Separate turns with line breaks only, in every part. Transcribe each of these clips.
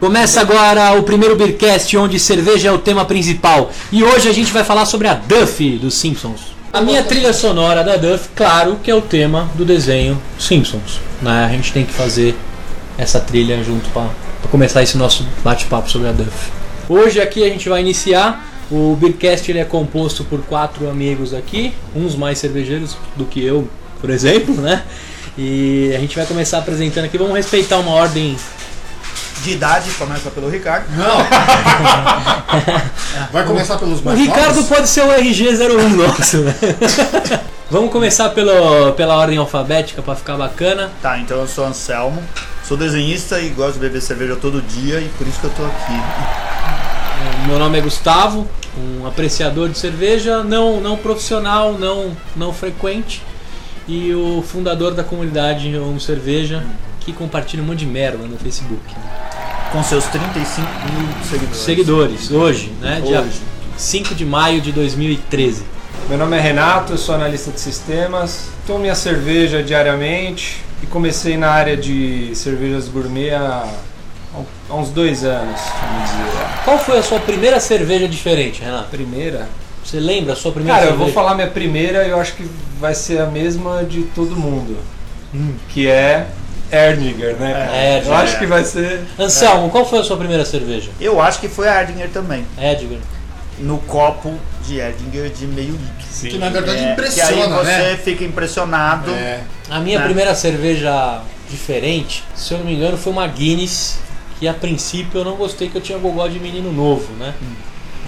Começa agora o primeiro Beercast, onde cerveja é o tema principal. E hoje a gente vai falar sobre a Duff dos Simpsons. A minha trilha sonora da Duff, claro que é o tema do desenho Simpsons. Né? A gente tem que fazer essa trilha junto para começar esse nosso bate-papo sobre a Duff. Hoje aqui a gente vai iniciar. O Beercast ele é composto por quatro amigos aqui, uns mais cervejeiros do que eu, por exemplo, né? E a gente vai começar apresentando aqui. Vamos respeitar uma ordem
De idade, começa pelo Ricardo.
Vai começar pelos
O
mais
Ricardo
novos?
pode ser o RG01 nosso, né? Vamos começar pelo, pela ordem alfabética pra ficar bacana.
Tá, então eu sou Anselmo, sou desenhista e gosto de beber cerveja todo dia e por isso que eu tô aqui.
Meu nome é Gustavo, um apreciador de cerveja, não, não profissional, não, não frequente, e o fundador da comunidade Eu Amo Cerveja, que compartilha um monte de merda no Facebook. né?
Com seus 35 mil seguidores.
Seguidores, hoje, né? Dia
Hoje.
5 de maio de 2013.
Meu nome é Renato, eu sou analista de sistemas, tomo minha cerveja diariamente e comecei na área de cervejas gourmet há, há uns dois anos, vamos dizer. A
Qual foi a sua primeira cerveja diferente, Renato?
primeira?
Você lembra a sua primeira
Cara, eu
cerveja?
vou falar minha primeira e eu acho que vai ser a mesma de todo mundo, que é Erdinger, né?
Hum. É,
eu
Erdinger.
acho que vai ser...
Anselmo, qual foi a sua primeira cerveja?
Eu acho que foi a Erdinger também,
É, Edgar.
no copo de Erdinger de meio litro.
Que na verdade
É, que aí
impressiona,
você
né?
fica impressionado.
É.
A minha
Né?
primeira cerveja diferente, se eu não me engano, foi uma Guinness, que a princípio eu não gostei que eu tinha gogó de menino novo, né?
Hum.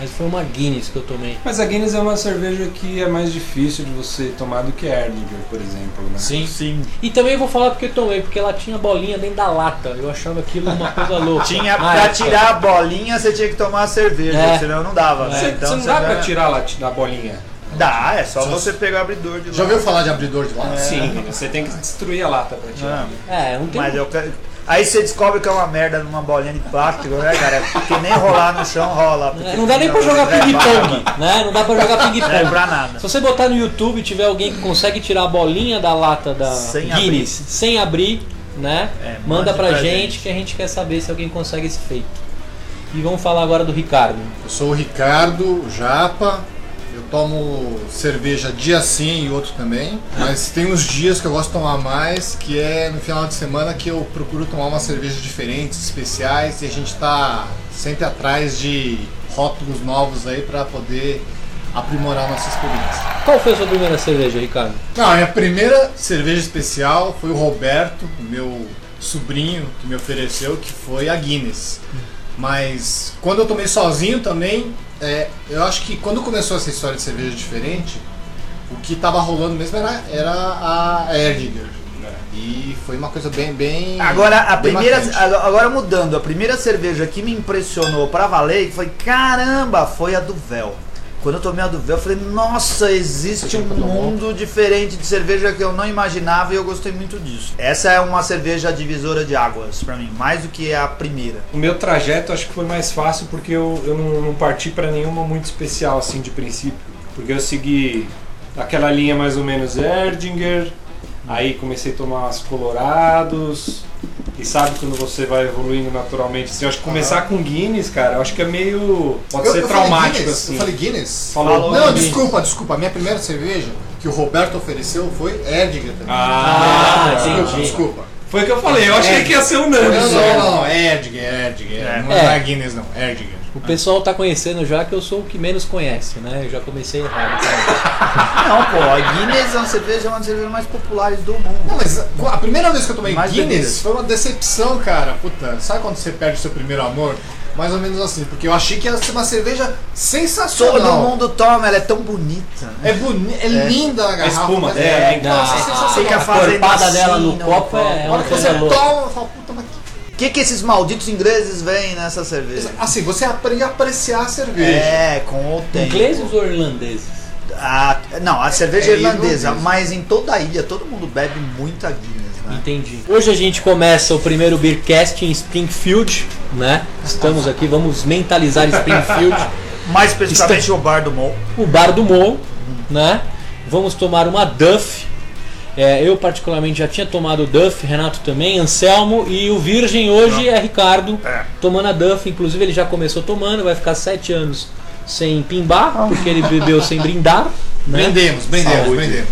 Mas foi uma Guinness que eu tomei.
Mas a Guinness é uma cerveja que é mais difícil de você tomar do que Erdinger, por exemplo, né?
Sim.
E também eu vou falar porque eu tomei, porque ela tinha bolinha dentro da lata. Eu achava aquilo uma coisa louca. Ah, é,
Tinha
Na
pra
época.
tirar a bolinha, você tinha que tomar a cerveja,
É. então
senão não dava, né?
Você, você não dá
você
pra
vai-
tirar lá da bolinha.
Dá, é só
Só-
você pegar o abridor de lá.
Já ouviu falar de abridor de lata?
Sim, É, você tem que destruir a lata pra tirar.
Ah.
É, não tem.
Mas eu quero- Aí você descobre que é uma merda numa bolinha de plástico, né, cara? Porque nem rolar no chão rola. porque
é, Não dá nem pra
senão
jogar
você vai-
ping-pong, né? Não dá pra jogar
Não é pra
ping-pong.
nada.
Se você botar no YouTube e tiver alguém que consegue tirar a bolinha da lata da
Sem
Guinness sem abrir, né?
É,
manda
mande
pra,
pra
gente,
gente.
que a gente quer saber se alguém consegue esse feito. E vamos falar agora do Ricardo.
Eu sou o Ricardo Japa. Eu tomo cerveja dia sim e outro também. Mas tem uns dias que eu gosto de tomar mais, que é no final de semana que eu procuro tomar umas cervejas diferentes, especiais, e a gente tá sempre atrás de rótulos novos aí pra poder aprimorar a nossa experiência.
Qual foi a sua primeira cerveja, Ricardo?
Não, a minha primeira cerveja especial foi o Roberto, o meu sobrinho, que me ofereceu, que foi a Guinness. Mas quando eu tomei sozinho também, é, eu acho que quando começou essa história de cerveja diferente, o que tava rolando mesmo era, era a Erdinger.
É.
E foi uma coisa bem, bem.
Agora, a
bem
primeira.
marcante.
agora- Agora mudando, a primeira cerveja que me impressionou pra valer foi: caramba, foi a do Véu. Quando eu tomei a do Véu, eu falei: nossa, existe um mundo diferente de cerveja que eu não imaginava e eu gostei muito disso. Essa é uma cerveja divisora de águas pra mim, mais do que a primeira.
O meu trajeto acho que foi mais fácil porque eu, eu não, não parti pra nenhuma muito especial assim de princípio. Porque eu segui aquela linha mais ou menos Erdinger, aí comecei a tomar as Colorados. E sabe quando você vai evoluindo naturalmente? Assim, eu acho que começar com Guinness, cara, eu acho que é meio. pode
Eu-
ser
eu falei
traumático
Guinness,
assim.
Eu falei Guinness?
Falou
Não,
Guinness.
desculpa, desculpa. A minha primeira cerveja que o Roberto ofereceu foi Erdinger também.
Ah,
Ah,
desculpa,
entendi.
desculpa.
Foi o que eu falei, eu achei que ia ser o Nando.
É. Não,
só.
não, não, não, Erdinger, Erdinger.
É.
Não é Guinness, não, Erdinger.
O pessoal tá conhecendo já que eu sou o que menos conhece, né? Eu já comecei errado.
Não, pô, a Guinness é uma cerveja, é uma das cervejas mais populares do
Não,
mundo.
mas a primeira vez que eu tomei
Mais
Guinness
bebidas.
foi uma decepção, cara. Puta, sabe quando você perde seu primeiro amor? Mais ou menos assim, porque eu achei que ia ser uma cerveja sensacional.
Todo mundo toma, ela é tão bonita. né?
É bonita, é, linda a garrafa.
espuma
mas
dela,
é,
hein?
nossa,
Ah,
é sensacional.
fica
a
fazendo
corpada
assim
dela no
no
copo é,
copo.
é
A hora
uma
que você
coisa louca.
toma, eu falo, puta, mas que...
O que, que esses malditos ingleses veem nessa cerveja?
Assim, você aprende a apreciar a cerveja.
É, com o tempo.
Ingleses ou irlandeses?
A- não, a cerveja
É
irlandesa,
irlandesa.
mas em toda a ilha todo mundo bebe muita Guinness, né?
Entendi. Hoje a gente começa o primeiro Beercast em Springfield, né? Estamos aqui, vamos mentalizar Springfield,
Mais especificamente o bar do Mo.
o bar do Mo, né? Vamos tomar uma Duff. É, eu, particularmente, já tinha tomado Duff, Renato também, Anselmo e o Virgem hoje é Ricardo, tomando a Duff. Inclusive, ele já começou tomando, vai ficar sete anos sem pimbar, porque ele bebeu sem brindar. Né?
Brindemos, brindemos,
Saúde.
brindemos.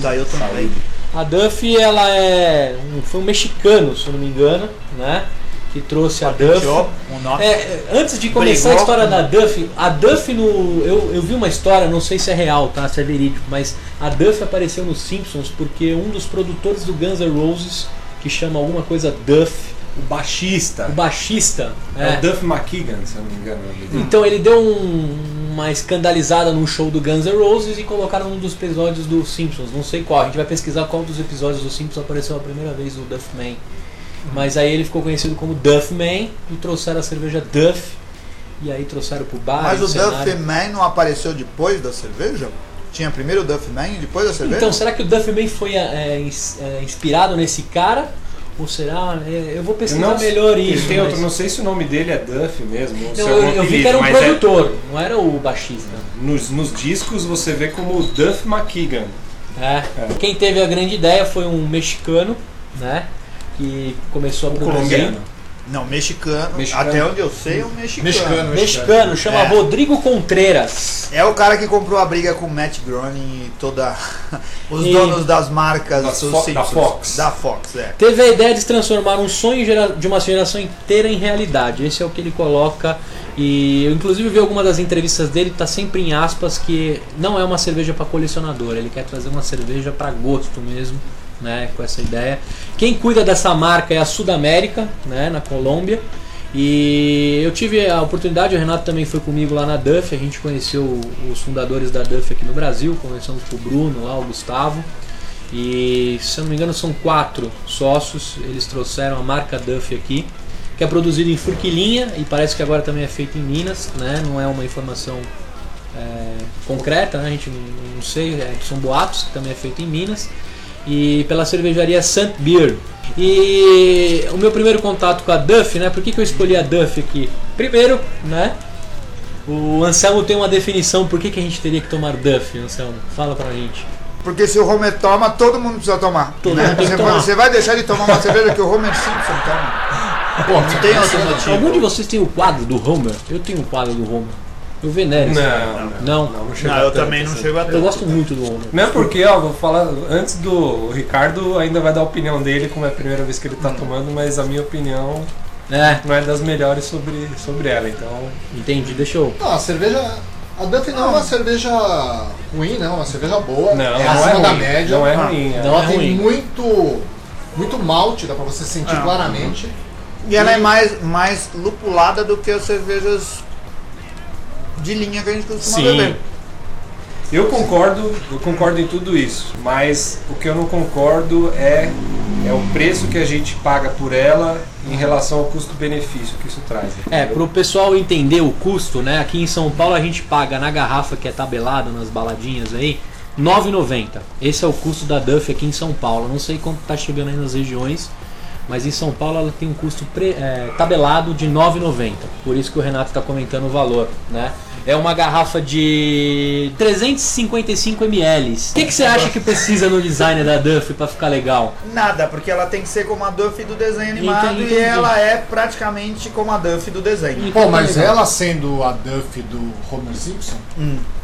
Daí eu também.
A Duff, ela é. um- Foi um mexicano, se eu não me engano, né? Que trouxe a Duff.
Fechou? Um nó.
É, é, antes de começar a
Brigou.
história da Duff, a Duff no. Eu, eu vi uma história, não sei se é real, tá? Se é verídico, mas a Duff apareceu nos Simpsons porque um dos produtores do Guns N' Roses, que chama alguma coisa Duff,
O baixista.
o baixista.
É.
é,
o Duff McKagan, se eu não me engano.
então ele deu um- uma escandalizada num show do Guns N' Roses e colocaram um dos episódios dos Simpsons, não sei qual. A gente vai pesquisar qual dos episódios dos Simpsons apareceu a primeira vez o Duffman. Mas aí ele ficou conhecido como Duffman e trouxeram a cerveja Duff e aí trouxeram pro bar.
Mas
e
o
cenário.
Duffman não apareceu depois da cerveja? Tinha primeiro o Duffman e depois a cerveja?
Então, será que o Duffman foi é, ins- é, inspirado nesse cara? Ou será? É, eu vou
Eu
pesquisar
não
melhor
ele
isso.
tem outro,
mas-
não sei se o nome dele é Duff mesmo. ou se
eu,
é algum
eu vi que era um
apelido, mas é-
produtor, não era o baixista.
nos, nos discos você vê como Duff McKagan.
É.
É.
Quem teve a grande ideia foi um mexicano, né? Que começou a
Um
produzir.
colombiano.
Não, mexicano,
Mexicano.
Até onde eu sei é um mexicano.
Mexicano,
Mexicano, chama
É.
Rodrigo Contreras.
É o cara que comprou a briga com o Matt Groening e toda. Os
E-
donos das marcas.
Das
os
Fo- da
Simpsons.
Fox.
Da Fox, é.
Teve a ideia de se transformar um sonho gera- de uma geração inteira em realidade. Esse é o que ele coloca. E eu inclusive vi alguma das entrevistas dele, tá sempre em aspas, que não é uma cerveja para colecionador, ele quer trazer uma cerveja para gosto mesmo, né? Com essa ideia. Quem cuida dessa marca é a Sudamérica, né? Na Colômbia. E eu tive a oportunidade, o Renato também foi comigo lá na Duff, a gente conheceu os fundadores da Duff aqui no Brasil, conversamos com o Bruno lá, o Gustavo. E se eu não me engano são quatro sócios, eles trouxeram a marca Duff aqui, que é produzido em Forquilinha e parece que agora também é feito em Minas, né? Não é uma informação é, concreta, né? a gente não, não sei, é, são boatos que também é feito em Minas e pela cervejaria Sant Beer. E o meu primeiro contato com a Duff, né? Por que, que eu escolhi a Duff aqui? Primeiro, né? O Anselmo tem uma definição por que, que a gente teria que tomar Duff, Anselmo? Fala pra gente.
Porque se o Homer toma, todo mundo precisa tomar.
Todo
né?
mundo tem que
você,
tomar.
você vai deixar de tomar uma cerveja que o Homer Simpson toma.
Pô,
Não tem outro motivo.
Algum de vocês tem o quadro do Homer? Eu tenho o quadro do Homer. Eu venero. esse
Não,
quadro. Não.
chega tanto, assim.
a
Eu gosto muito do Homer.
Não, porque, ó, vou falar, antes do o Ricardo ainda vai dar a opinião dele, como é a primeira vez que ele tá tomando, mas a minha opinião
É,
não é das melhores sobre, sobre ela, então...
entendi, deixa eu.
Não, a cerveja. A Duff não é uma cerveja ruim, não. É uma cerveja boa.
Não,
é
não
acima
é ruim,
da média. tá. Ah,
não é ruim. é.
Não.
Ela
é
tem
ruim.
muito. Muito malte, dá pra você sentir
Ah.
claramente.
Uhum.
E ela é mais, mais lupulada do que as cervejas de linha que a gente costuma
Sim.
beber.
Eu concordo, eu concordo em tudo isso, mas o que eu não concordo é, é o preço que a gente paga por ela em relação ao custo-benefício que isso traz.
É,
entendeu?
pro pessoal entender o custo, né? Aqui em São Paulo a gente paga na garrafa que é tabelada nas baladinhas aí, R$ 9,90. Esse é o custo da Duff aqui em São Paulo. Não sei quanto tá chegando aí nas regiões, mas em São Paulo ela tem um custo pre- é, tabelado de R$ 9,90. Por isso que o Renato está comentando o valor, né? É uma garrafa de 355 ml. O que, que você acha que precisa no design da Duff para ficar legal?
Nada, porque ela tem que ser como a Duff do desenho animado
Entendi,
e
entendi.
ela é praticamente como a Duff do desenho.
Então
Pô,
tá
mas
legal.
ela sendo a Duff do Homer Simpson,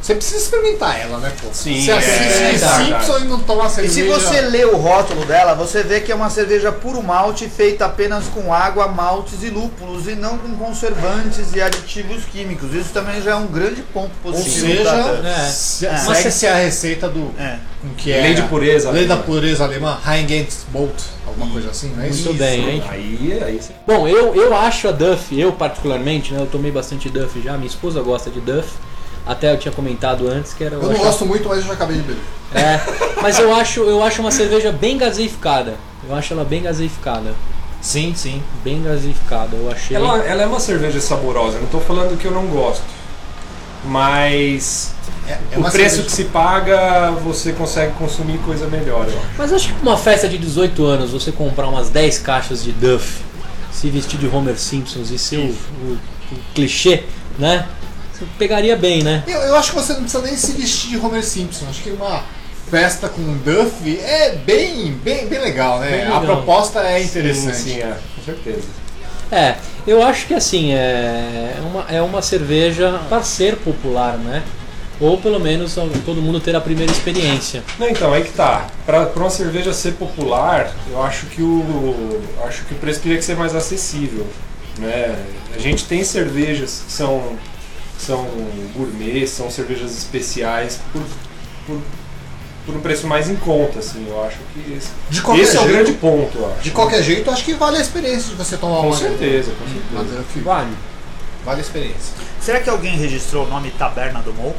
você precisa experimentar ela, né, pô?
Sim,
você
é
assiste
verdade.
Simpson e não toma
E
cerveja.
se você lê o rótulo dela, você vê que é uma cerveja puro malte feita apenas com água, maltes e lúpulos e não com conservantes e aditivos químicos. Isso também já é um grande ponto
Ou
positivo.
seja,
da Duff.
É.
se-
É.
segue-se a receita do.
É.
com que
Lei
era-
de pureza.
Lei da pureza alemã, Reingangsbolt, alguma coisa assim, não é isso?
Muito bem, hein?
Aí, aí você
Bom, eu, eu acho a Duff, eu particularmente, né? Eu tomei bastante Duff já, minha esposa gosta de Duff. Até eu tinha comentado antes que era.
Eu não
acho-
gosto muito, mas eu já acabei de beber.
É, mas eu acho, eu acho uma cerveja bem gaseificada. Eu acho ela bem gaseificada.
Sim, sim.
Bem gaseificada, eu achei.
Ela, ela é uma cerveja saborosa, eu não tô falando que eu não gosto. Mas
É, é
o
uma
preço
cerveja-
que se paga, você consegue consumir coisa melhor, eu acho.
Mas acho que pra uma festa de 18 anos, você comprar umas 10 caixas de Duff, se vestir de Homer Simpsons e ser o, o- o clichê, né? Você pegaria bem, né?
Eu, eu acho que você não precisa nem se vestir de Homer Simpson. Acho que uma festa com um Duff é bem, bem, bem legal, né?
Bem
A
legal.
proposta é
Sim,
interessante.
sim, é, com certeza.
É, eu acho que assim, é uma, é uma cerveja para ser popular, né? Ou pelo menos todo mundo ter a primeira experiência.
Não, então, aí que tá. Pra, pra uma cerveja ser popular, eu acho que o. Acho que o preço teria que ser mais acessível. Né? A gente tem cervejas que são, são gourmet, são cervejas especiais por, por, por um preço mais em conta, assim, eu acho que esse,
De qualquer
esse é o
jeito.
grande ponto, eu acho.
De qualquer jeito, acho que vale a experiência de você tomar
Com
uma.
certeza, com
Uma
certeza.
Duff,
Vale.
vale a experiência.
Será que alguém registrou o nome Taberna do Mou?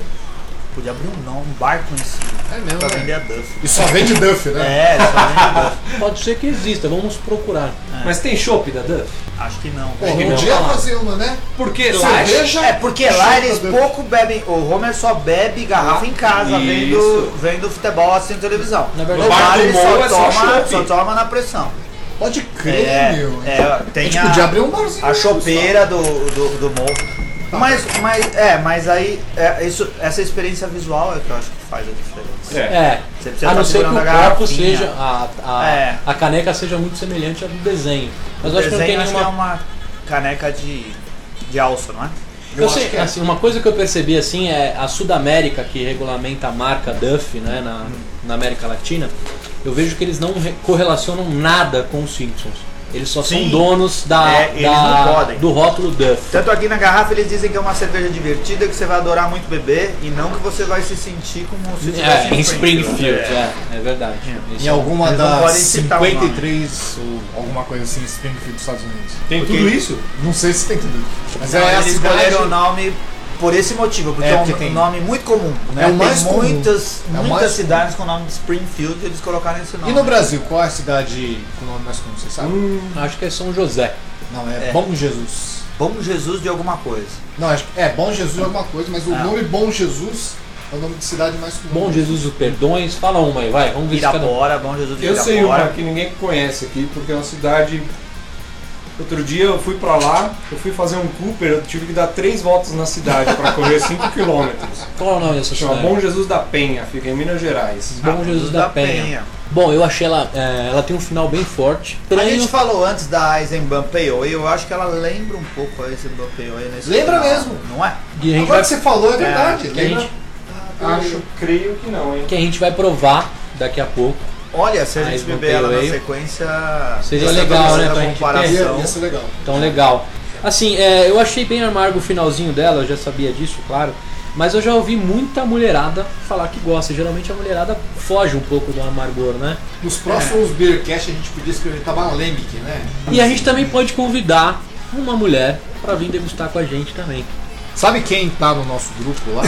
Podia abrir um, nome, um bar conhecido
É mesmo,
pra
né?
vender a Duff.
E só vende Duff, né?
É, só vende
Pode ser que exista, vamos procurar.
Uhum.
Mas tem chopp da Duff?
Duff. Acho que não.
Pô,
que
um
não
dia
falar.
fazer uma, né?
Porque lá.
Cerveja.
É, porque lá eles
Duff.
pouco bebem. O Homer só bebe garrafa em casa, vendo,
Ah, Isso.
vendo futebol assim na televisão.
Na verdade,
no bar
bar do
ele
Mou
só,
é
toma,
só chopp.
só toma na pressão.
Pode crer,
É,
meu.
é, tem
a gente
a-
podia abrir um barzinho.
A chopeira do, do, do Mo. Mas, mas, é, mas aí, é, isso, essa experiência visual é que eu acho que faz a diferença.
É.
É.
Você precisa
A
tá
não ser que o
segurando a
corpo
garrafinha.
seja. A, a,
É.
a caneca seja muito semelhante ao do desenho. Mas eu acho que não tem
Desenho, acho que é
nenhuma.
uma caneca de, de alça, não é?
Eu,
Eu acho
sei,
que é.
assim, uma coisa que eu percebi assim é a Sudamérica que regulamenta a marca Duff, né, na, na América Latina. Eu vejo que eles não re- correlacionam nada com os Simpsons. Eles só
Sim.
são donos da,
É, eles
da-
não podem. Então,
do rótulo Duff.
Tanto aqui na garrafa eles dizem que é uma cerveja divertida, que você vai adorar muito beber e não que você vai se sentir como se
É,
estivesse
em Springfield, é, é verdade.
um É.
Isso.
Em alguma
Eles não
das
podem citar o nome.
53 ou alguma coisa assim, Springfield, Estados Unidos.
Tem
Porque-
tudo isso?
Não sei se tem tudo. Mas
Então,
é a
eles
cidade.
deram o nome por esse motivo, porque
É,
é,
porque
um
tem-
nome muito comum. Né?
É o
Tem
mais comum.
muitas,
É o
muitas
mais
cidades com o nome de Springfield e eles colocaram esse nome.
E no Brasil, qual é a cidade com o nome mais comum? Você sabe?
Hum,
Acho que é São José.
Não, é,
É.
Bom Jesus.
Bom Jesus de alguma coisa.
Não, acho que é Bom Jesus é alguma coisa, mas o
Ah.
nome Bom Jesus é o nome de cidade mais comum.
Bom Jesus dos Perdões, fala uma aí, vai, vamos ver se cada um.
Irapora, Bom Jesus de
Eu sei uma
Irapora.
que ninguém conhece aqui, porque é uma cidade. Outro dia eu fui pra lá, eu fui fazer um Cooper, eu tive que dar três voltas na cidade pra correr 5 quilômetros.
Qual é o nome dessa
Chama
cidade?
Bom Jesus da Penha, fica em Minas Gerais.
é
Ah,
Bom Jesus da Penha. Bom, eu achei ela. é, ela tem um final bem forte.
A
Estranho.
gente falou antes da Eisenbahn Peoi, eu acho que ela lembra um pouco a Eisenbahn Peoi nesse
Lembra
final,
mesmo.
Não é?
E a gente
Agora
vai,
que você falou, é verdade.
que a
lembra?
gente-
Acho, creio que não, hein?
que a gente vai provar daqui a pouco.
Olha, se a gente
Eisenbahn
beber ela na
Peioei.
sequência.
Seria
essa
legal,
talvez
né,
seja
pra
a
gente ter.
comparação.
Ia, ia ser legal.
Então legal. Assim, é, eu achei bem amargo o finalzinho dela, eu já sabia disso, claro. Mas eu já ouvi muita mulherada falar que gosta. Geralmente a mulherada foge um pouco do amargor, né?
Nos próximos Beercast a gente podia experimentar uma Lembic, né?
E a gente também pode convidar uma mulher pra vir degustar com a gente também.
Sabe quem tá no nosso grupo lá?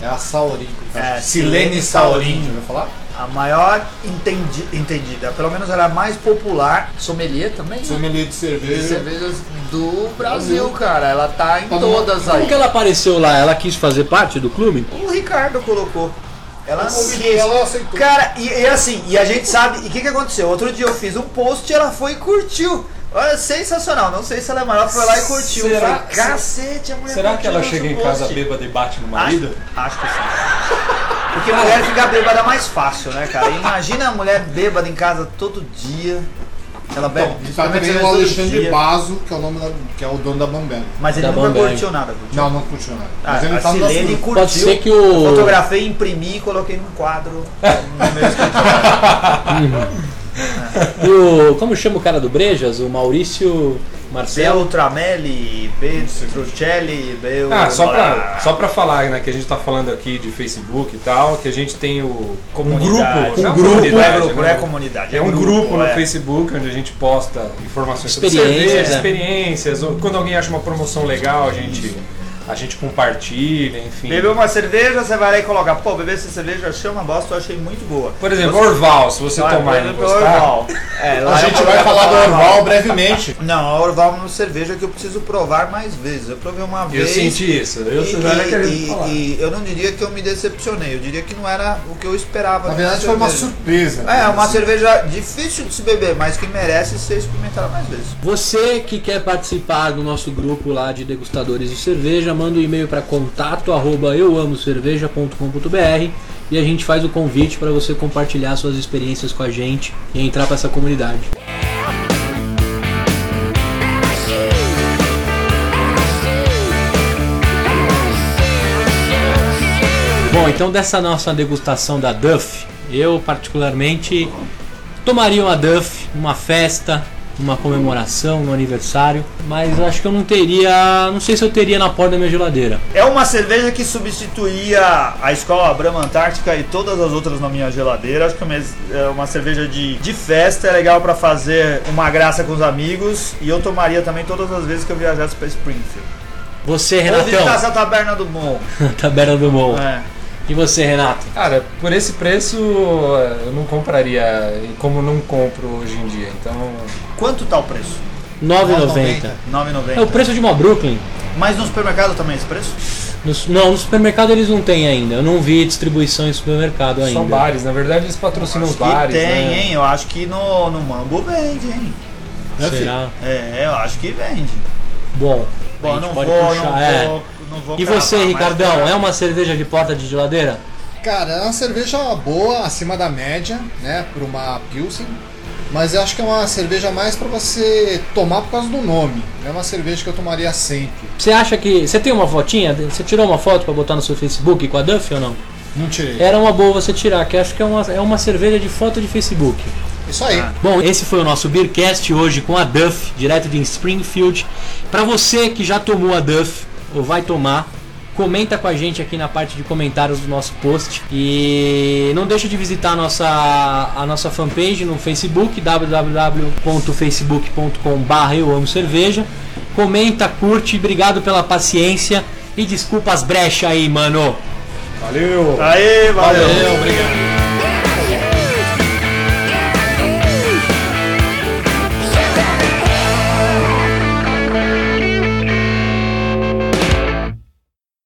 é a Saurinho.
Hum. É,
Silene
Silene Hum.
Saurinho,
Saurinho.
já ouviu falar?
A maior entendi- entendida, pelo menos ela é a mais popular, sommelier também, né?
Sommelier de
de
cerveja.
cervejas do Brasil, cara. Ela tá em
Tá no-
todas
Como
aí.
que ela apareceu lá? Ela quis fazer parte do clube?
O Ricardo colocou.
Tá
Ela não
Convidei
quis.
ela, ela aceitou.
Cara, e, e assim, e a gente sabe. E o que, que aconteceu? Outro dia eu fiz um post e ela foi e curtiu. Olha, sensacional. Não sei se ela é maior, foi lá e curtiu.
Será-
Eu falei, Cacete, a mulher
Será que
curtiu
ela
nosso
chega em
post."
casa bêbada e bate no
Acho,
marido?
acho que sim. Porque mulher ficar bêbada é mais fácil, né, cara? Imagina a mulher bêbada em casa todo dia. Ela bebe.
Então, tá
principalmente
é
também o
todo
Alexandre
dia.
Baso, que é o, nome da- que é o dono da Bambela.
Mas ele
Da
nunca
Bamberg.
curtiu nada, curtiu.
Não, não curtiu nada.
Ah,
Mas ele
a
tá no nosso
assim,
Silene
grupo.
curtiu.
Pode ser que
Eu
o.
Fotografei, imprimi e coloquei num quadro no meu escritório.
e o- como chama o cara do Brejas? O Maurício Marcelo?
Bel Tramelli, B. Trucelli, Bel.
Ah, só pra, só pra falar, né, que a gente tá falando aqui de Facebook e tal, que a gente tem o um
Comunidade.
grupo,
Um
não é
grupo,
comunidade,
é grupo,
né?
é comunidade,
É
é
um
grupo,
grupo, no
é.
Facebook onde a gente posta informações sobre
Experiências,
cerveja,
é.
experiências, ou quando alguém acha uma promoção legal, a gente a gente compartilha, enfim.
Bebeu uma cerveja, você vai lá e coloca. Pô, beber essa cerveja, eu achei uma bosta, eu achei muito boa.
Por exemplo, Orval, se você
Vai,
tomar e
vai
não
pro
gostar,
Orval. É, lá
A
eu
gente
vou
vai
lá
falar do
pra
Orval brevemente.
Não, a Orval é uma cerveja que eu preciso provar mais vezes. Eu provei uma
eu
vez.
senti isso. Eu
e,
já queria
e-
falar.
e eu não diria que eu me decepcionei, eu diria que não era o que eu esperava.
Na
de
verdade foi uma
cerveja.
surpresa.
É, uma
Assim,
cerveja difícil de se beber, mas que merece ser experimentada mais vezes.
Você que quer participar do nosso grupo lá de degustadores de cerveja, manda um e-mail para contato arroba euamocerveja.com.br e a gente faz o convite para você compartilhar suas experiências com a gente e entrar para essa comunidade. Bom, então dessa nossa degustação da Duff, eu particularmente tomaria uma Duff, uma festa, uma comemoração, um aniversário, mas eu acho que eu não teria, não sei se eu teria na porta da minha geladeira.
É uma cerveja que substituía a escola Brahma Antártica e todas as outras na minha geladeira. Acho que é uma- é uma cerveja de, de festa, é legal pra fazer uma graça com os amigos. E eu tomaria também todas as vezes que eu viajasse pra Springfield.
Você,
Vou visitar
Renatão,
essa taberna do Mon.
tabela do bom.
É.
E você, Renato?
Cara, por esse preço eh, eu não compraria, e como não compro hoje em dia, então.
Quanto tá o preço?
9,90.
9,90.
É o preço de uma Brooklyn.
Mas no supermercado também é esse preço?
Nos- não, no supermercado eles não têm ainda. Eu não vi distribuição em supermercado ainda.
Só bares, na verdade eles patrocinam os
que
bares.
tem,
né?
hein? Eu acho que no, no Mambo vende, hein?
Será?
É, eu acho que vende.
Bom. a
Bom,
gente
não vou,
pode
não
puxar, é.
vou, não vou.
E
cravar,
você,
mas-
Ricardão, é uma cerveja de porta de geladeira?
Cara, é uma cerveja boa, acima da média, né, para uma Pilsen. Mas eu acho que é uma cerveja mais para você tomar por causa do nome. Não é uma cerveja que eu tomaria sempre.
Você acha que. Você tem uma fotinha? Você tirou uma foto pra botar no seu Facebook com a Duff ou não?
Não tirei.
Era uma boa você tirar, que acho que é uma, é uma cerveja de foto de Facebook.
É Isso aí.
Bom, esse foi o nosso Beercast hoje com a Duff, direto de Springfield. Pra você que já tomou a Duff ou vai tomar, comenta com a gente aqui na parte de comentários do nosso post e não deixa de visitar a nossa, a nossa fanpage no Facebook www.facebook.com.br eu amo cerveja. Comenta, curte, obrigado pela paciência e desculpa as brechas aí, mano.
Valeu!
Aê, valeu.
obrigado.